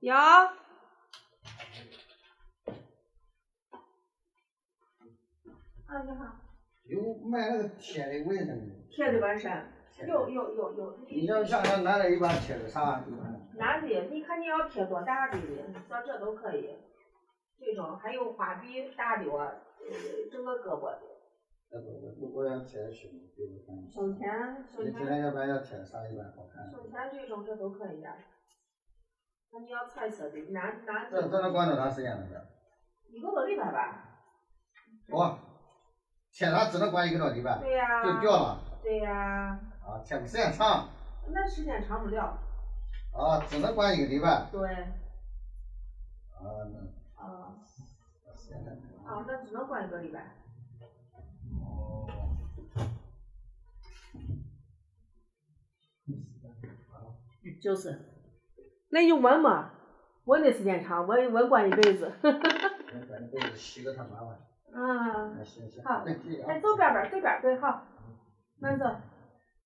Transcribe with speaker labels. Speaker 1: 有，
Speaker 2: 啊，你好，
Speaker 3: 有卖那个铁的纹身的，
Speaker 1: 铁的纹身，
Speaker 3: 铁
Speaker 2: 有
Speaker 3: 的。
Speaker 2: 有有有，
Speaker 3: 你要像那男的一般铁的啥？
Speaker 1: 男的，你看你要贴多大的，像这都可以。这种还有花臂大的我，呃，整个胳膊的。
Speaker 3: 那不我我要铁的胸，给我看一下。
Speaker 1: 胸前，
Speaker 3: 你
Speaker 1: 胸
Speaker 3: 今
Speaker 1: 前，
Speaker 3: 天要不然要铁的啥一般好看？
Speaker 1: 胸前这种这都可以的。啊那你要彩色的，男男
Speaker 3: 这这能
Speaker 1: 的，
Speaker 3: 关啊多长时间了？这
Speaker 1: 一个多礼拜吧。
Speaker 3: 我铁啥只能关一个多礼拜，
Speaker 1: 对呀、
Speaker 3: 就掉了
Speaker 1: 对呀、
Speaker 3: 啊！铁时间长
Speaker 1: 那时间长不了。
Speaker 3: 啊，只能关一个礼拜啊。
Speaker 1: 对，
Speaker 3: 那
Speaker 1: 啊、
Speaker 3: 时间长
Speaker 1: 啊，那只能关一个礼拜。
Speaker 3: 哦，
Speaker 1: 就是，嗯那你就纹嘛，纹的时间长，纹纹关一辈子。
Speaker 3: 那咱这辈子洗个他妈吧。
Speaker 1: 啊，
Speaker 3: 那行行，
Speaker 1: 好
Speaker 3: 对对
Speaker 1: 哎，
Speaker 3: 啊。
Speaker 1: 走边边，这边对，好，慢走。